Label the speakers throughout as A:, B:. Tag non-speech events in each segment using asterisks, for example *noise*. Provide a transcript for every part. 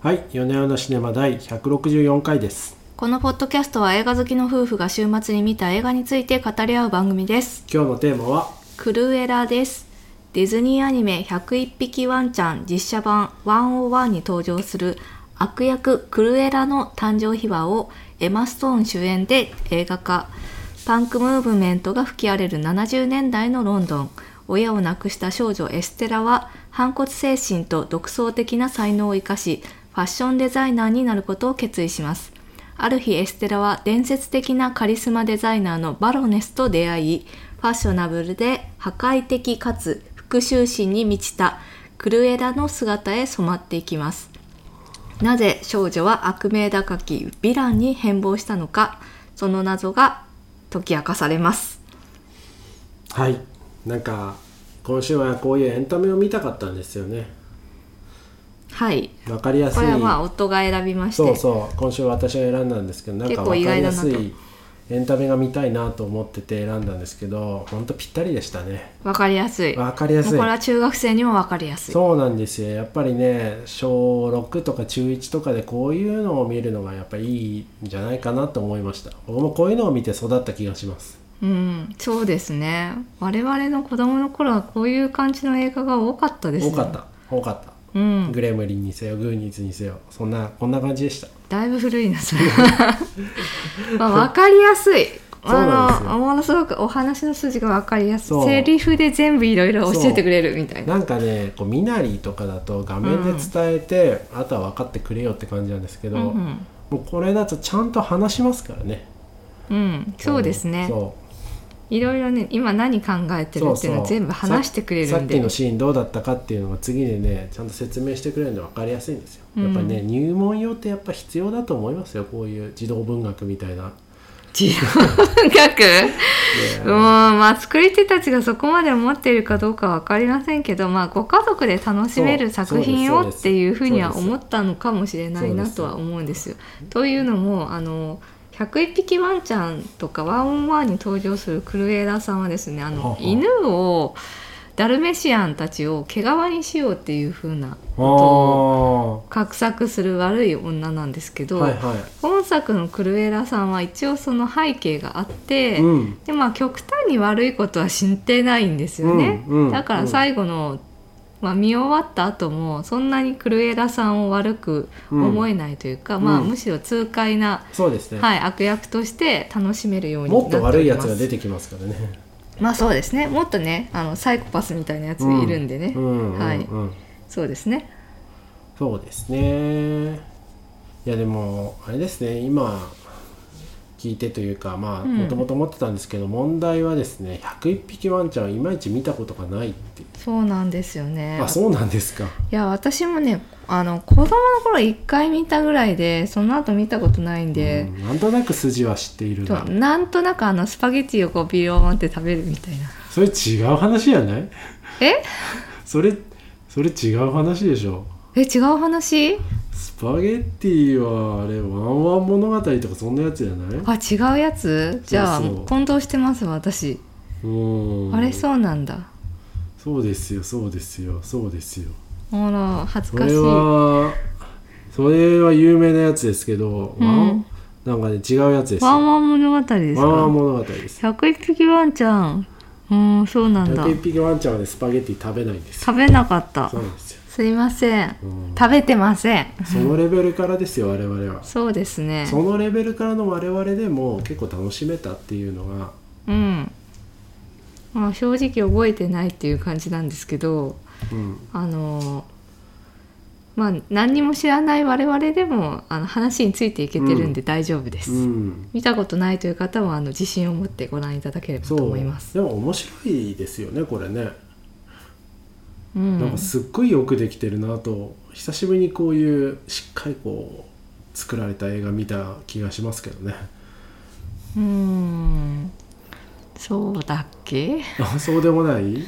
A: はい、米山のシネマ第164回です。
B: このポッドキャストは映画好きの夫婦が週末に見た映画について語り合う番組です。
A: 今日のテーマは、
B: クルエラです。ディズニーアニメ101匹ワンちゃん実写版101に登場する悪役クルエラの誕生秘話をエマ・ストーン主演で映画化。パンクムーブメントが吹き荒れる70年代のロンドン。親を亡くした少女エステラは反骨精神と独創的な才能を生かしファッションデザイナーになることを決意します。ある日エステラは伝説的なカリスマデザイナーのバロネスと出会いファッショナブルで破壊的かつ復讐心に満ちたクルエラの姿へ染まっていきますなぜ少女は悪名高きヴィランに変貌したのかその謎が解き明かされます
A: はい、なんか、今週はこういうエンタメを見たかったんですよね。
B: はい
A: わかりやす
B: こ
A: い。
B: れはまあ夫が選びまして
A: そうそう、今週私が選んだんですけど、なんか
B: 結
A: わか
B: 構意
A: り
B: 外だ
A: や
B: なと
A: すいエンタメが見たいなと思ってて選んだんですけど、ほんとぴったりでしたね。
B: わかりやすい
A: わかりやすい
B: もうこれは中学生にもわかりやすい
A: そうなんですよ。やっぱりね、小6とか中1とかでこういうのを見るのがやっぱりいいんじゃないかなと思いました。僕もこういうのを見て育った気がします。
B: うん、そうですね。我々の子供の頃はこういう感じの映画が多かったです
A: 多
B: ね。
A: かった、多かった。
B: うん、
A: グレムリンにせよグーニーズにせよそんなこんな感じでした
B: だいぶ古いな
A: *laughs*
B: それ。まあわかりやすい。
A: そうなんですよ
B: あのものすごくお話の筋がわかりやす
A: そう
B: い。セリフで全部いろいろ教えてくれるみたいな。
A: なんかねこう身なりとかだと画面で伝えて、あとは分かってくれよって感じなんですけど、
B: うんう
A: も
B: ん、
A: うこれだとちゃんと話しますからね
B: うん、そうですね。
A: そ
B: いろいろね、今何考え
A: う
B: てる
A: そう
B: っていうのを全部話してくれ
A: さ
B: る
A: さ
B: ん
A: っき
B: で
A: の。シーンどうだったかっていうのが次でねちゃんと説明してくれるの分かりやすいんですよ、
B: うん
A: やっぱりね入門用ってやっぱ必要だと思いますよこういう児童文学みたいな
B: 自 *laughs* 分学。うん、まあ作り手たちがそこまで思っているかどうかわかりませんけど、まあご家族で楽しめる
A: そう
B: 作品
A: そう
B: を
A: で
B: っ
A: す
B: ていうふうには
A: そうです
B: 思ったのかもしれないなとは思うんですよ。というのもあの101匹ワンちゃんとかワンオンワンに登場するクルエラさんはですねあ
A: はは
B: の犬をダルメシアンたちを毛皮にしようっていうふうな
A: あ
B: ことを
A: あは
B: 画策する悪い女なんですけ
A: い
B: ど、
A: は
B: 本作のクルエラさんは一応その背景があって。
A: い、うん、
B: でまあ極端に悪いことは知ってないんですよね、
A: うんうん
B: だから最後の、まあ、見終わった後もそんなにクルエラさんを悪く思えないというか、
A: うん
B: まあ、
A: うん
B: むしろ痛快な、
A: そうですね、
B: はい、悪役として楽しめるようにな
A: も
B: っ
A: ってと
B: お
A: 悪い
B: り
A: や
B: ま
A: つ
B: す
A: が出てきますからね
B: まあそうですねもっとねあのサイコパスみたいなやついるんでね、
A: うんうんうん
B: はいそうですね
A: そうですねいやでもあれですね今聞いてというかまあ
B: うん
A: もともと思ってたんですけど、問題はですね101匹ワンちゃんをいまいち見たことがないっていう、
B: そうなんですよね
A: あそうなんですか
B: いや私もねあの子供の頃一回見たぐらいでその後見たことないんで、
A: うんなんとなく筋は知っている
B: そう
A: が
B: なんとなくあのスパゲティをこうビヨーンって食べるみたいな
A: それ違う話じゃない
B: え
A: それそれ違う話でしょ
B: え違う話
A: スパゲッティはあれワンワン物語とかそんなやつじゃない
B: あ違うやつじゃあ
A: そうそう
B: 混同してます私
A: うん
B: あれそうなんだ
A: そうですよそうですよそうですよ
B: あら恥ず
A: そ
B: かし
A: れ
B: い
A: はそれは有名なやつですけど、
B: うん
A: ワンなんかね違うやつですよ
B: ワンワン物語です
A: ワンワン
B: か
A: 物語です
B: 101匹ワンちゃんうんそうなんだ
A: 101匹ワンちゃんはねスパゲッティ食べないんですよ
B: 食べなかった
A: そうなんですよ、
B: すいません
A: うん
B: 食べてません
A: そのレベルからですよ我々は
B: そうですね
A: そのレベルからの我々でも結構楽しめたっていうのが
B: うんまあ正直覚えてないっていう感じなんですけど
A: うん
B: あのまあ何にも知らない我々でもあの話についていけてるんで大丈夫です、
A: うん
B: 見たことないという方はあの自信を持ってご覧いただければと
A: そう
B: 思います
A: でも面白いですよねこれね、
B: う
A: なんか
B: ん、
A: すっごいよくできてるなと久しぶりにこういうしっかりこう作られた映画見た気がしますけどね
B: うん、そうだっけ
A: あ *laughs* そうでもない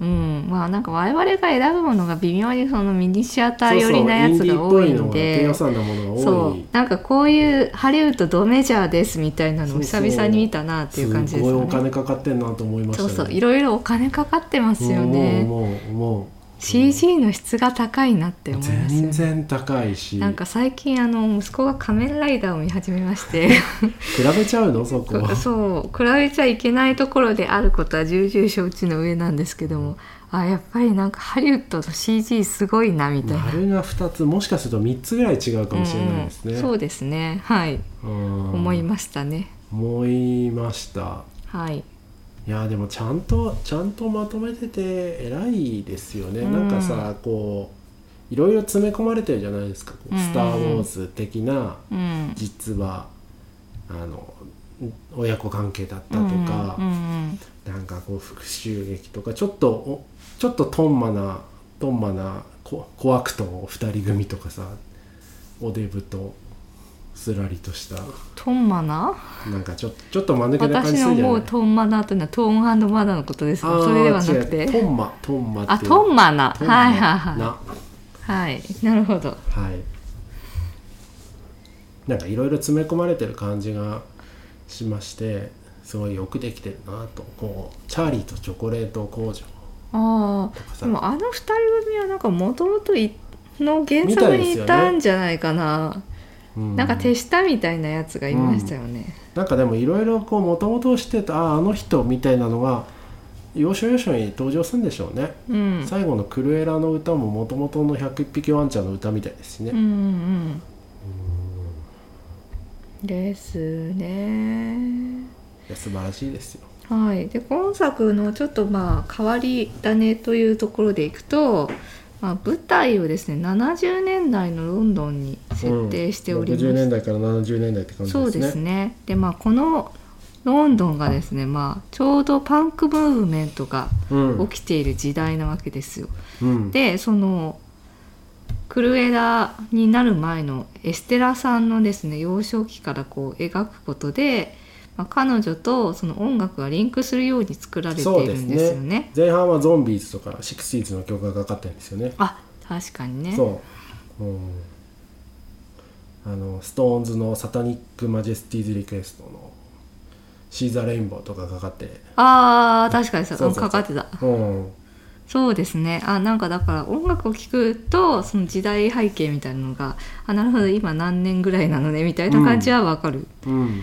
B: うんまあなんか我々が選ぶものが微妙にそのミニシアター寄りなやつが多い
A: そうそう
B: んで
A: インディーっぽいのが低予算なものが多
B: そ
A: いう
B: なんかこういうハリウッドドメジャーですみたいなのを久々に見たなっていう感じです
A: ごい
B: よ
A: お
B: ね
A: 金かかってんなと思いました
B: そ
A: ね
B: うそういろいろお金かかってますよね
A: もうもうもう
B: CG の質が高いなって思いますよ
A: 全
B: ね
A: 然高いし
B: なんか最近あの息子が仮面ライダーを見始めまして
A: 比べちゃうのそこは
B: そう比べちゃいけないところであることは重々承知の上なんですけどもあやっぱりなんかハリウッドの CG すごいなみたいな
A: 丸が2つもしかすると3つぐらい違うかもしれないですね、
B: うんうんそうですねはい、
A: うん
B: 思いましたね
A: 思いました
B: はい
A: いやでもちゃんとちゃんとまとめてて偉いですよね、
B: うん
A: なんかさこういろいろ詰め込まれてるじゃないですか「こう
B: うんうんうん
A: スター・ウォーズ」的な
B: うん
A: 実はあの親子関係だったとか、
B: うんうん
A: なんかこう復讐劇とかちょっとおちょっとトンマなトンマなこ小悪党2人組とかさおデブとすらりとした
B: トンマナ
A: なんかちょっとちょっと間抜けな感
B: 私
A: じす
B: の
A: るじゃな
B: 思う
A: い
B: トンマナというのはトーンマナのことです
A: あ
B: か
A: ー
B: それではなくて
A: 違うトンマトンマっていう
B: あトンマナ
A: トンマ
B: はいはいはい
A: な
B: はいなるほど
A: はいなんかいろいろ詰め込まれてる感じがしましてすごいよくできてるなとこう「チャーリーとチョコレート工場
B: あ」
A: とか
B: あで
A: さ
B: もあの二人組はなんかもともとの原作にいたんじゃないかな、
A: うん
B: なんか手下みたいなやつがいましたよね、
A: なんかでもいろいろこうもともとしてたあああの人みたいなのが要所要所に登場するんでしょうね、
B: うん、うん
A: 最後の「クルエラ」の歌ももともとの「101匹ワンちゃん」の歌みたいですしね、
B: うんうんですね
A: いや素晴らしいですよ
B: はい、で今作のちょっとまあ変わり種というところでいくと、まあ、舞台をですね70年代のロンドンに設定しておりま
A: うん60
B: す
A: 年代から70年代って感じですね
B: そうですねでまあこのロンドンがですね、まあ、ちょうどパンクムーブメントが
A: うん、
B: 起きている時代なわけですよ。
A: うん、
B: でそのクルエラになる前のエステラさんのですね幼少期からこう描くことで、まあ、彼女とその音楽がリンクするように作られて
A: そう
B: い
A: で
B: る
A: す
B: ん
A: ね
B: ですよね。
A: 前半はゾンビーズとかシクシーズの曲がかかってるんですよね
B: あ確かにね。
A: そう、うん、あのストーンズの「サタニック・マジェスティーズ・リクエスト」の「シーザ・レインボー」とかかかって
B: あー確かにそう
A: そうそうそう
B: うんかかってた。
A: うん
B: そうですねあなんかだから音楽を聴くとその時代背景みたいなのがあなるほど今何年ぐらいなのねみたいな感じはわかる。
A: うん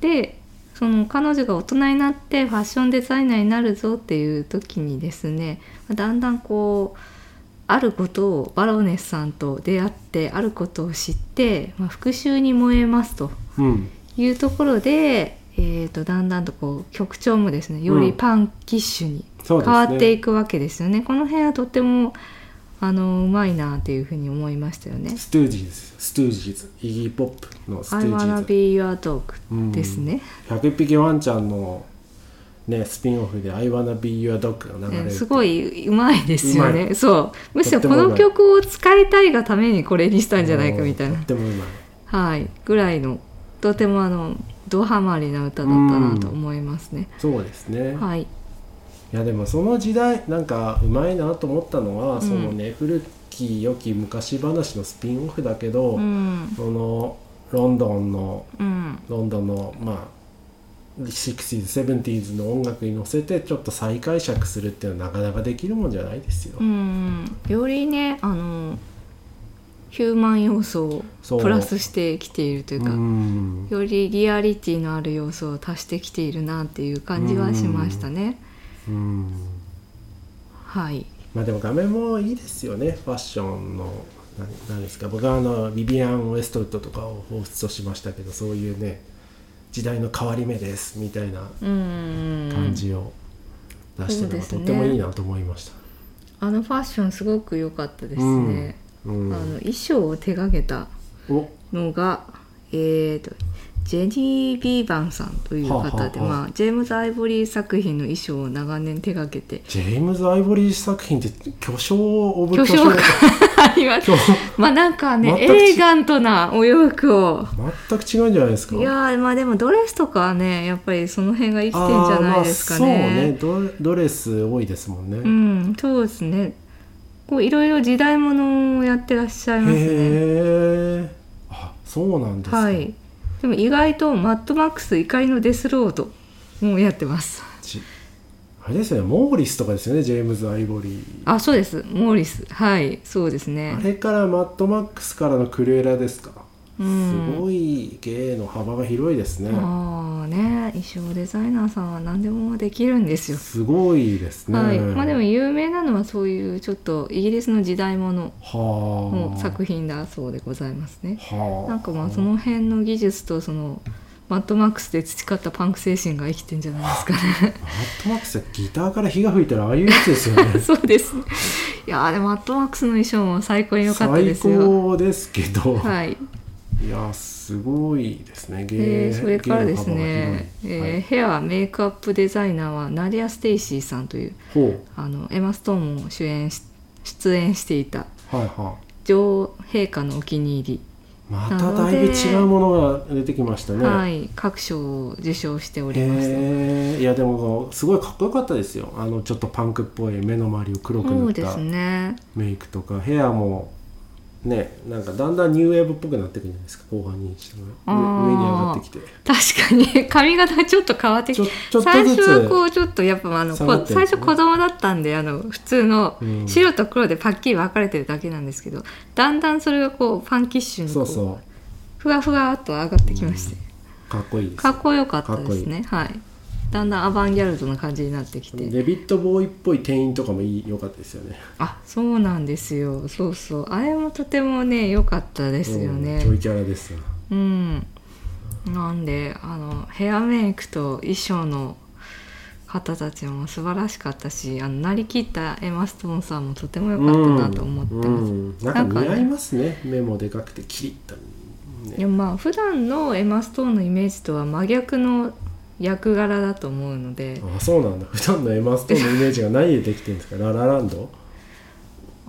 B: でその彼女が大人になってファッションデザイナーになるぞっていう時にですねだんだんこうあることをバロネスさんと出会ってあることを知って、まあ、復讐に燃えますと
A: うん
B: いうところで、えー、とだんだんとこう曲調もですねよりパンキッシュに
A: そう
B: 変
A: ですね
B: わっていくわけですよね。この辺はとってもあのうまいなっていうふうに思いましたよね。
A: ストゥージーズストゥージーズイギー・ポップのスト
B: I
A: ゥ
B: wanna
A: ージー
B: be your dog ですね。
A: ズ100匹ワンちゃんのねスピンオフで「I wanna be your dog」が流れ
B: ね
A: る
B: すごいうまいですよ
A: う
B: ねそうむしろ
A: とっ
B: こ
A: てもう
B: の
A: まい
B: 曲を使いたいがためにこれにしたんじゃないかみたい
A: うん
B: な
A: とってもうまい
B: はいぐらいのとてもあのドハマりな歌だったなと思いますね
A: そうですね、
B: はい
A: いやでもその時代なんかうまいなと思ったのは、
B: ん
A: そのね古き良き昔話のスピンオフだけど、
B: うん
A: そのロンドンの
B: うん
A: ロンドンのまあ 60s70s の音楽に乗せてちょっと再解釈するっていうのはなかなかできるもんじゃないですよ。
B: うんよりねあのヒューマン要素
A: そ
B: を
A: う
B: プラスしてきているというか
A: うん
B: よりリアリティのある要素を足してきているなっていう感じはしましたね
A: うん
B: はい
A: まあでも画面もいいですよねファッションのななんですか僕はあのビビアン・ウェストウッドとかを彷彿としましたけどそういうね時代の変わり目ですみたいな
B: うん
A: 感じを出してるのが
B: そ
A: と
B: うですね
A: ってもいいなと思いました。
B: あのファッションすごく良かったで
A: う
B: すね、
A: ん
B: あの衣装を手掛けた
A: お
B: のがえー、とジェニー・ビーバンさんという
A: はあ
B: 方
A: は
B: で、
A: あはあ
B: まあ、ジェームズ・アイボリー作品の衣装を長年手掛けて
A: ジェームズ・アイボリー作品って巨匠オブ
B: 巨匠感 *laughs* あります
A: 巨匠
B: まあなんかね
A: 全く違う
B: エレガントなお洋服を
A: 全く違うんじゃないですか
B: いやーまあでもドレスとかはねやっぱりその辺が生きてんじゃないですかね,、
A: あーまあそうねドドレス多いですもんね、
B: うんそうですねこういろいろ時代物をやってらっしゃいますね
A: へえあそうなんですか、
B: はい。でも意外とマッドマックス怒りのデスロードもやってます。
A: ちあれですよねモーリスとかですよねジェームズ・アイボリー
B: あそうですモーリスはいそうですね
A: あれからマッドマックスからのクルエラですか、
B: うん
A: すごい芸の幅が広いですね
B: まあね衣装デザイナーさんは何でもできるんですよ、
A: すごいですね
B: はいまあでも有名なのはそういうちょっとイギリスの時代もの
A: は
B: の
A: あ
B: 作品だそうでございますね
A: はあ
B: なんかまあその辺の技術とそのマッドマックスで培ったパンク精神が生きてんじゃないですか
A: *laughs*
B: ね
A: マットマックスってギターから火が吹いたらああいうやつですよね
B: そうですねいやーでもマッドマックスの衣装も最高に良かった
A: 最
B: です *laughs* よ
A: 高ですけど、
B: はい
A: い、やすごいですね芸
B: でそれからです
A: 芸の
B: ね、
A: 幅が
B: え
A: 広い
B: ー
A: はい
B: ヘアメイクアップデザイナーはナディア・ステイシーさんという
A: ほ
B: あのエマ・ストーンも主演し出演していた
A: うはいは
B: 女王陛下のお気に入り
A: いまただいぶ違うものが出てきましたね、
B: はい、各賞を受賞しております。
A: へえいやでもすごいかっこよかったですよあのちょっとパンクっぽい目の周りを黒く
B: そ
A: 塗
B: う
A: っ
B: です
A: た
B: ね。
A: メイクとか、ヘアもねなんかだんだんニューウェーブっぽくなってくるじゃないですか後半にしても
B: あー
A: 上に上がってきて
B: 確かに髪型ちょっと変わってき
A: ちょちょっとずつ
B: 最初はこうちょっとやっぱあの、
A: 下
B: こ
A: がってるん
B: 最
A: です
B: 初
A: ね
B: 子供だったんであの普通の
A: うん
B: 白と黒でパッキリ分かれてるだけなんですけど、だんだんそれがこうファンキッシュにこ
A: そううそ
B: ふわふわっと上がってきまして、
A: うかっこいいです
B: かっこよかったですねはいだんだんアバンギャルドな感じになってきて
A: デビッド・ボーイっぽい店員とかもいい良かったですよね
B: あそうなんですよそうそうあれもとてもね良かったですよね、
A: うんちょいキャラですよ
B: うん、なんであのヘアメイクと衣装の方たちも素晴らしかったしあのなりきったエマ・ストーンさんもとても良かったなと思ってます。
A: うんうんなんか似合いますね目もでかくてキリッと
B: いやまあ普段のエマ・ストーンのイメージとは真逆の役柄だと思うので
A: あそうなんだ普段のエマ・ストーンのイメージが何でできてるんですかラ・ラ・ランド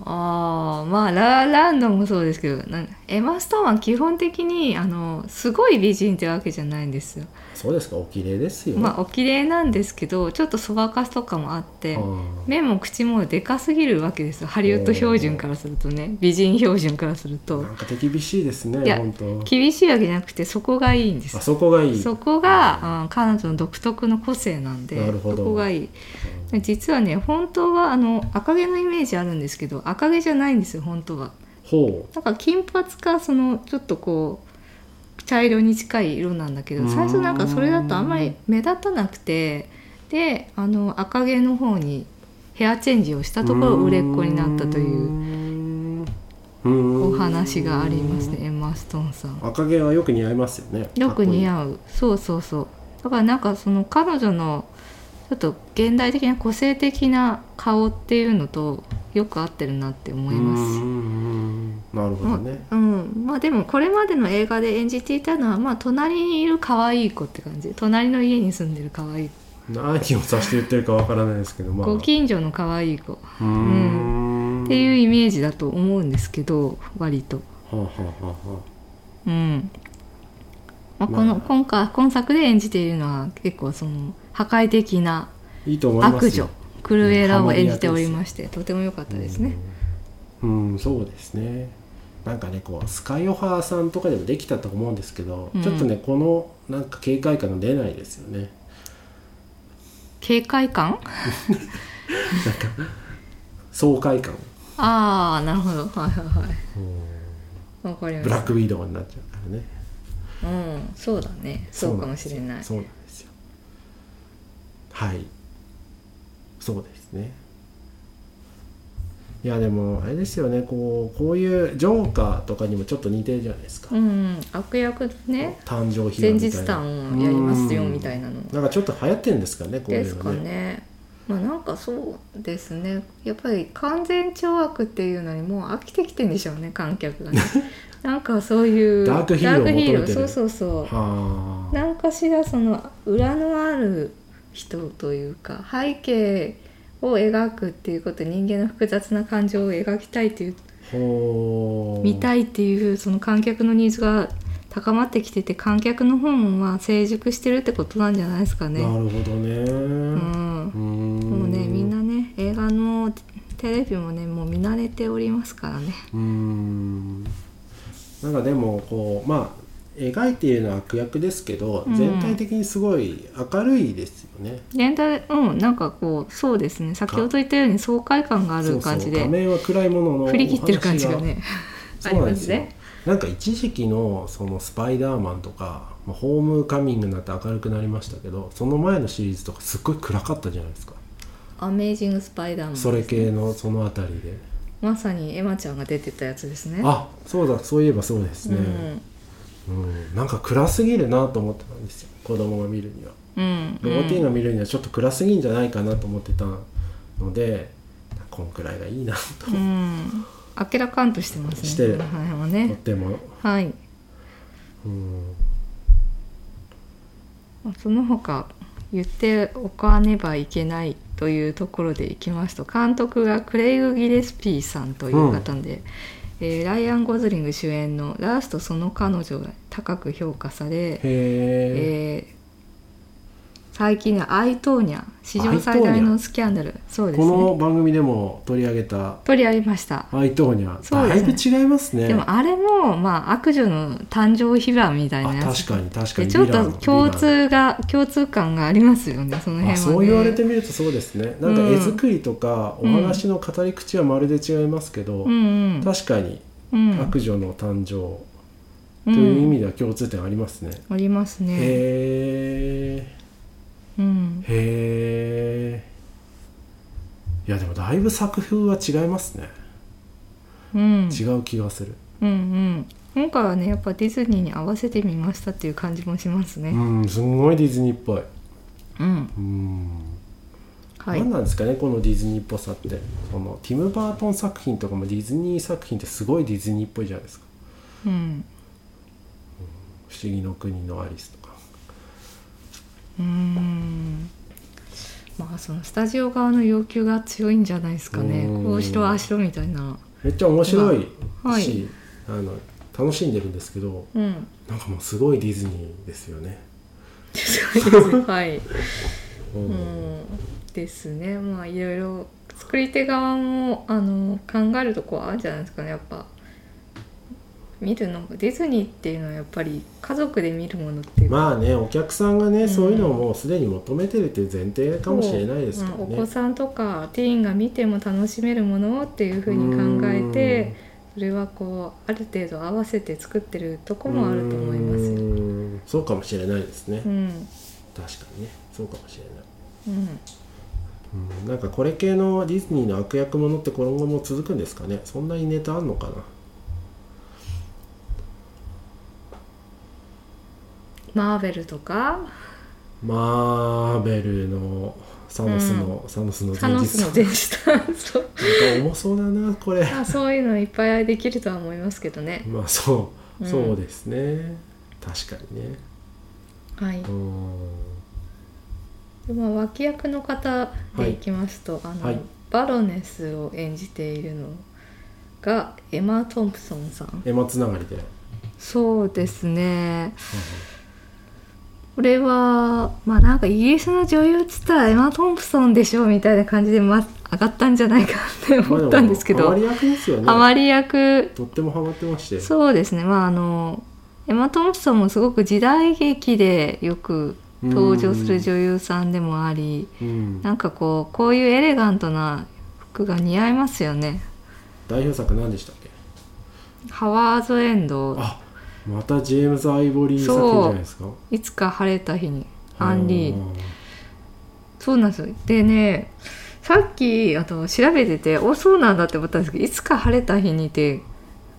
B: ああまあラ・ランドもそうですけどなんエマ・ストーンは基本的にあのすごい美人ってわけじゃないんですよ。
A: そうですかお綺麗ですよ、
B: まあお綺麗なんですけどちょっとそばかすとかもあって。
A: あ
B: 目も口もでかすぎるわけですよハリウッド標準からするとね美人標準からする
A: ー
B: と
A: なんか手厳しいですね
B: いや
A: 本当
B: 厳しいわけじゃなくてそこがいいんです
A: あそこがいい
B: そこが、うん、彼女の独特の個性なんで
A: なるほど
B: そこがいい実はね本当はあの赤毛のイメージあるんですけど赤毛じゃないんですよ本当は
A: ほ
B: なんか金髪かそのちょっとこう茶色に近い色なんだけ
A: う
B: ど
A: ーん
B: 最初なんかそれだとあんまり目立たなくてであの赤毛の方にヘアチェンジをした
A: う
B: ところ売れっ子になったという
A: う
B: お
A: お
B: 話がありますねエマ・ストーンさん。
A: 赤毛はよく似合いますよね
B: よく似
A: う
B: 合うそうそうそうだからなんかその彼女のちょっと現代的な個性的な顔っていうのとよく合ってるなって思います。
A: すなるほどね、
B: うん、まあでもこれまでの映画で演じていたのはまあ隣にいる可愛い子って感じ隣の家に住んでる可愛い子
A: 何を指して言ってるかわからないですけどまあ
B: ご近所の可愛い子っ
A: うーん
B: ていう
A: う
B: イメージだと思うんですけど割と
A: はあ、はあはあは
B: うん、まあ、こ
A: まあ
B: の今回今作で演じているのは結構その破壊的な
A: あ、いいと思います
B: 悪女
A: よ
B: クルエラを演じておりましてとても良かったですね
A: うん、うんそうですねなんかねこうスカイオハーさんとかでもできたと思うんですけど、
B: うん
A: ちょっとねこのなんか警戒感が出ないですよね
B: 警戒感
A: 爽快感
B: ああなるほどはいはいはいわかりま
A: ブ
B: し
A: ラ
B: た
A: ックウィドウになっちゃうからね
B: うんそうだねそうかもしれない
A: そうなんですよはいそうですねいやでもあれですよねこうこういうジョーカーとかにもちょっと似てるじゃないですか、
B: うん、悪役ね
A: 誕生日
B: 前日談をやりますよみたい
A: な
B: なの
A: なんかちょっと流行ってるんですかねこうい
B: で
A: う
B: す
A: の
B: か
A: ね
B: ね。まあなんかそうですねやっぱり完全懲悪っていうのにもう飽きてきてんでしょうね観
A: *laughs*
B: 客がねなんかそういう
A: ダークヒーローを
B: ダ
A: 求めてる
B: そうそうそ
A: は
B: うなんかしらその裏のある人というか背景を描くっていうこと人間の複雑な感情を描きたいという
A: あほう
B: 見た
A: い
B: いっていうその観客のニーズが高まってきてて観客の方もまあ成熟してるってことなんじゃないですかね。
A: なるほどねう
B: う
A: んーん
B: もうねみんなね映画のテレビもねもう見慣れておりますからね。
A: うーんなんかでもこうまあ描いているのは悪役ですけど、
B: うん
A: 全体的にすごい明るいですよね。
B: 連帯うんなんかこうそうですね先ほど言ったように爽快感がある感じ
A: そう
B: で
A: そう画面は暗いものの
B: 振り切ってる感じが
A: お話
B: ね *laughs* あ
A: そ
B: り
A: うなん
B: ま
A: ですすよ
B: ね。
A: なんか一時期のそのスパイダーマンとか、まあ、ホームカミングになって明るくなりましたけどその前のシリーズとかすっごい暗かったじゃないですか、
B: アメージング・スパイダーマンです
A: そ
B: ね、
A: れ系のその辺りで
B: まさにエマちゃんが出てたやつですね
A: あそうだそういえばそうですね、うんなんか暗すぎるなと思ってたんですよ子供が見るには
B: うんうん
A: ロボティーが見るにはちょっと暗すぎんじゃないかなと思ってたのでこんくらいがいいなと
B: うん明らかんとしてますね
A: してる
B: この辺は
A: とっ
B: ね
A: ても、
B: はい
A: うん、
B: まあその他言っておかねばいけないというところでいきますと監督がクレイグ・ギレスピーさんという方で、えーライアン・ゴズリング主演の「ラストその彼女」が高く評価され、
A: へえ
B: えー最近の「アイトーニャ」史上最大のスキャンダルそうです
A: この
B: ね
A: 番組でも取り上げた
B: 取り上げました
A: アイトーニャ、
B: そう
A: だ
B: で
A: い
B: す
A: ぶ
B: ね
A: 違いますね
B: でもあれも、まあ、悪女の誕生秘話みたいな
A: あ
B: やつ
A: 確かに確か
B: で
A: に
B: ちょっ
A: ヴィラン
B: と
A: の
B: 共
A: ヴィ
B: 通が共通感がありますよねその
A: ラン
B: 辺は、ね、
A: あそう言われてみるとそうですねなんか
B: うん
A: 絵作りとかお話の語り口はまるで違いますけど、
B: うん
A: 確かに
B: うんうん
A: 悪女の誕生という意味では共通点ありますね、
B: うんありますね、
A: へえ
B: うん、
A: へえいやでもだいぶ作風は違いますね、
B: うん
A: 違う気がする
B: うんうん今回はねやっぱディズニーに合わせてみましたっていう感じもします
A: う
B: ね
A: んすんごいディズニーっぽい
B: うん
A: うん、
B: はい
A: 何なんですかねこのディズニーっぽさってそのティム・バートン作品とかもディズニー作品ってすごいディズニーっぽいじゃないですか
B: うん
A: 「不思議の国のアリス」とか
B: うんまあそのスタジオ側の要求が強いんじゃないですかね
A: うん
B: こうしろああしろみたいな
A: めっちゃ面白いし、
B: はい
A: あの楽しんでるんですけど
B: うん
A: なんかもうすごいディズニーですよね、
B: はい
A: うん
B: うんですねまあいろいろ作り手側もあの考えるとこはあるんじゃないですかねやっぱ見るのディズニーっていうのはやっぱり家族で見るものっていうか
A: まあねお客さんがね、
B: うん
A: そういうのをもうすでに求めてるっていう前提かもしれないですけど
B: うん
A: ね、
B: お子さんとかティーンが見ても楽しめるものをっていうふうに考えてそれはこうある程度合わせて作ってるとこ
A: うん
B: もあると思いますよ。
A: うんそうかもしれないですね、
B: うん
A: 確かにねそうかもしれない
B: うん
A: うんなんかこれ系のディズニーの悪役ものって今後も続くんですかねそんなにネタあんのかな
B: マーベルとか
A: マーベルのサノスの、サノスの
B: サ
A: 前
B: ノ
A: 日
B: スの
A: さん
B: 前日探そう
A: なんか重そうだなこ
B: *laughs*
A: れ
B: まあそういうのいっぱいできるとは思いますけどね。
A: まあそう、
B: うん
A: そうですね確かにね
B: はい、
A: うん
B: でまあ脇役の方でいきますと、あの
A: はい
B: バロネスを演じているのがエマ・トンプソンさん。
A: 絵馬つながりで、
B: そうですねこれはまあなんかイギリスの女優っつったらエマ・トンプソンでしょみたいな感じで、ま、上がったんじゃないかって
A: まあ
B: 思ったんですけど
A: ハマり役ですよね
B: ハマり役
A: とってもハマってまして
B: そうですねまああのエマ・トンプソンもすごく時代劇でよく登場する女優さんでもあり
A: うん
B: なんかこうこういうエレガントな服が似合いますよね
A: 代表作何でしたっけ
B: ハワード・エンド
A: あまたジェームズ・アイボリー作品じゃないですか
B: いつか晴れた日にアンリー
A: うん
B: そうなんですよでねさっきあと調べてておそうなんだって思ったんですけどいつか晴れた日にて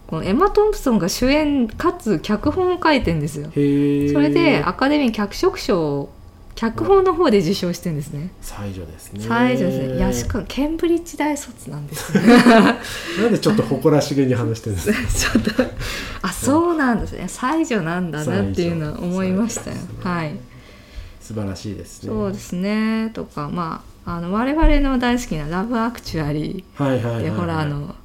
B: このエマ・トンプソンが主演かつ脚本を書いてんですよ
A: へえ
B: それでアカデミー脚色賞を脚本の方で受賞してんですね
A: 最女ですね
B: 最初ですねいやしかもケンブリッジ大卒なんですよ
A: なんでちょっと誇らしげに話
B: *laughs*
A: してるんですか
B: ちょっとあそうなんですね最女なんだなっていうのは思いましたよ、
A: 才女ですね
B: はい
A: 素晴らしいですね
B: そうですねとかまああの我々の大好きな「ラブ・アクチュアリー」
A: はいはいはい、はい、
B: でほらあの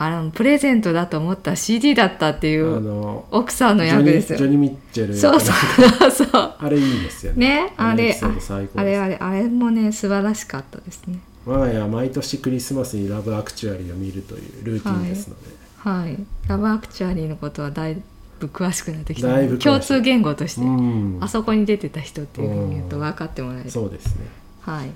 B: あのプレゼントだと思った CD だったってい
A: あ
B: う
A: の
B: 奥さんの
A: ジョ
B: 役
A: ニ
B: で
A: ー
B: すよ
A: ジョニー・ミッチェル
B: そうそうそう
A: あれいいですよね
B: ねあれ
A: エピソード最高
B: あ
A: で
B: れ
A: す
B: あれあれもね素晴らしかったですね
A: 我が家は毎年クリスマスにラブアクチュアリーを見るというルーティンですので、
B: はいラブアクチュアリーのことは大ぶ詳しくなってきた
A: だいぶ詳しい
B: 共通言語として、
A: うん
B: あそこに出てた人っていうふうに言うと分かってもらえる、
A: そうですね
B: はい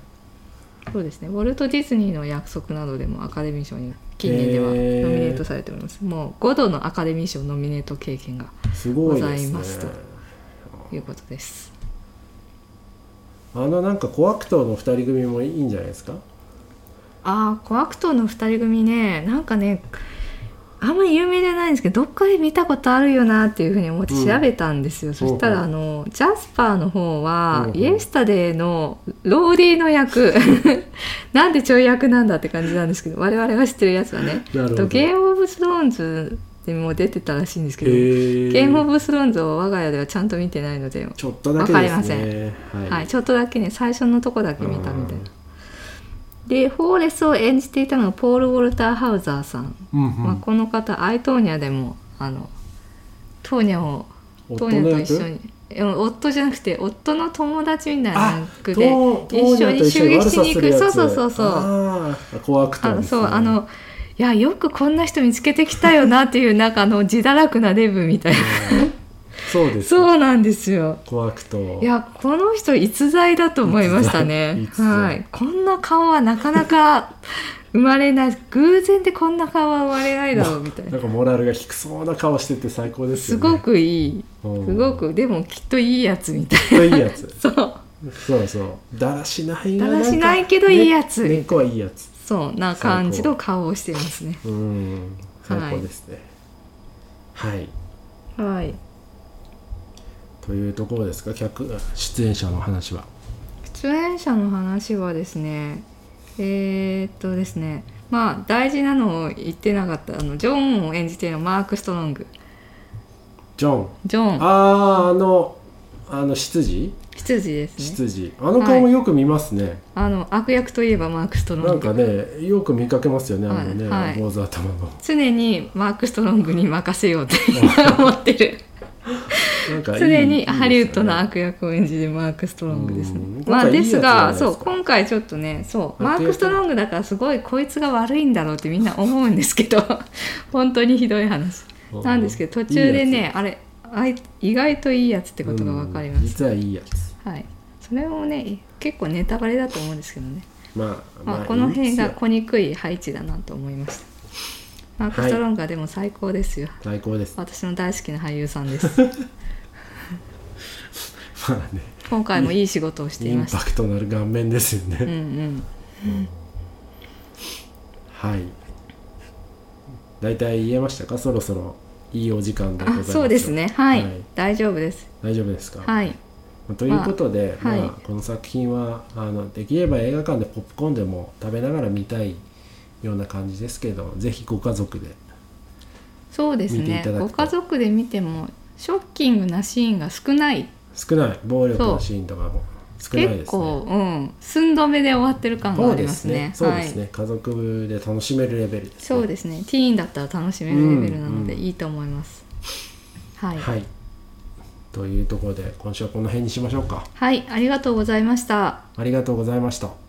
B: そうですねウォルト・ディズニーの約束などでもアカデミー賞に近年ではノミネ
A: へー
B: ートされております、もう5度のアカデミー賞ノミネート経験が
A: すごいで
B: ござい
A: すね
B: ますとということです
A: あのなんかコアクトの2人組もいいんじゃないですか
B: ああコアクトの2人組ねなんかねあんまり有名じゃないんですけどどっかで見たことあるよなっていうふうに思って
A: うん
B: 調べたんですよ、そしたらあ
A: ほ
B: のジャスパーの方は、
A: ほうほう
B: イエスタデーのローディの役 *laughs* なんでちょい役なんだって感じなんですけど我々が知ってるやつはね
A: なるほど
B: とゲーム・オブ・スローンズにも出てたらしいんですけど、
A: へえ
B: ゲーム・オブ・スローンズを我が家ではちゃんと見てないので、
A: ちょっとだけで
B: わかりますせ
A: ねはい、
B: はい、ちょっとだけね最初のとこだけ見たみたいな。でホーレスを演じていたのがポール・ウォルター・ハウザーさん、
A: うんうん
B: まあ、この方アイ・トーニャでもあのトーニャをト
A: 夫
B: ー
A: の
B: ニャ
A: 役
B: と一緒にうん夫じゃなくて夫の友達みたいな
A: あ
B: 役
A: ト
B: で
A: ート
B: 一
A: ーニ
B: 緒
A: ャと
B: に襲撃
A: 悪
B: し
A: さ
B: に行
A: する
B: く
A: やつ
B: そうそうそうそう
A: あーコアクト
B: あ
A: です、
B: の
A: ね、
B: そうあのいやよくこんな人見つけてきたよなっていうなんかあの自堕落なデブみたいな
A: そうです
B: そうなんですよ
A: コアクト
B: いやこの人逸材だと思いましたね
A: 逸材
B: はいこんな顔はなかなか生まれない偶然でこんな顔は生まれないだろうみたい
A: な
B: なん
A: かモラルが低そうな顔してて最高です
B: す
A: よね
B: ごくいい
A: うん
B: すごくでもきっといいやつみたい
A: かっこいいやつ
B: な *laughs* そう
A: そうそうだらしないが
B: だらしないけど
A: んか
B: いいやつ
A: ね根っこはいいやつ
B: そうな感じの顔をしていますね
A: うん最高ですねはい、
B: はい
A: というところですか客出演者の話は
B: 出演者の話はですねえー、っとですねまあ大事なのを言ってなかったあのジョンを演じているマーク・ストロング
A: ジョン
B: ジョン
A: あああのあの執事
B: 執事ですね
A: 執事あの顔もよく見ますね、
B: あの悪役といえばマーク・ストロング
A: なんかねよく見かけますよねあ
B: はい
A: のね、
B: はい
A: 坊主頭の
B: 常にマーク・ストロングに任せようって思っ
A: *laughs*
B: てる
A: なんかいい
B: 常に
A: いいですよね
B: ハリウッドの悪役を演じるマーク・ストロングです
A: うん
B: ね
A: 今回
B: まあ
A: いい
B: で
A: やつじ
B: す
A: ゃない
B: が
A: ですか
B: そう今回ちょっとねそうマ
A: なん
B: ー
A: ていうか
B: ク・ストロングだからすごいこいつが悪いんだろうってみんな思うんですけど *laughs* 本当にひどい話
A: うん
B: なんですけど途中で
A: いい
B: ね
A: や
B: あれあい意外といいやつってことが分かりま
A: うん
B: す
A: 実はいいやつ
B: はいそれもね結構ネタバレだと思うんですけどね
A: まあ、
B: まあ、
A: まあ、
B: この辺
A: いい
B: が
A: んですよ
B: 小にくい配置だなと思いましたマーク・ストロンガーでも最高ですよ、
A: 最高です
B: 私の大好きな俳優さんです
A: *laughs* まあね
B: 今回もいい仕事をして
A: イ
B: い
A: ン
B: まし
A: パ
B: た
A: クトのある顔面ですよね、
B: うんうん
A: はい大体言えましたかそろそろいいお時間でござい
B: あ
A: ます
B: そうですねはい、
A: はい
B: 大丈夫です
A: 大丈夫ですか、
B: はい
A: まあということで、
B: ま
A: ま
B: あ
A: あ
B: はい
A: この作品はあのできれば映画館でポップコーンでも食べながら見たいような感じですけどぜひご家族で
B: そうです
A: 見てい
B: ね
A: ただくと
B: ご家族で見てもショッキングなシーンが少ない
A: 少ない暴力のシーンとかも少ないですね
B: 結構うん寸止めで終わってる感が
A: そ
B: あ
A: う
B: り
A: で
B: ますすね
A: ねそう
B: は
A: で
B: い
A: すね、家族で楽しめるレベルです、ね、
B: そうですねティーンだったら楽しめるレベルなので
A: うん
B: いいと思います、はい
A: はいというところで今週はこの辺にしましょうか
B: はい、ありがとうございました
A: ありがとうございました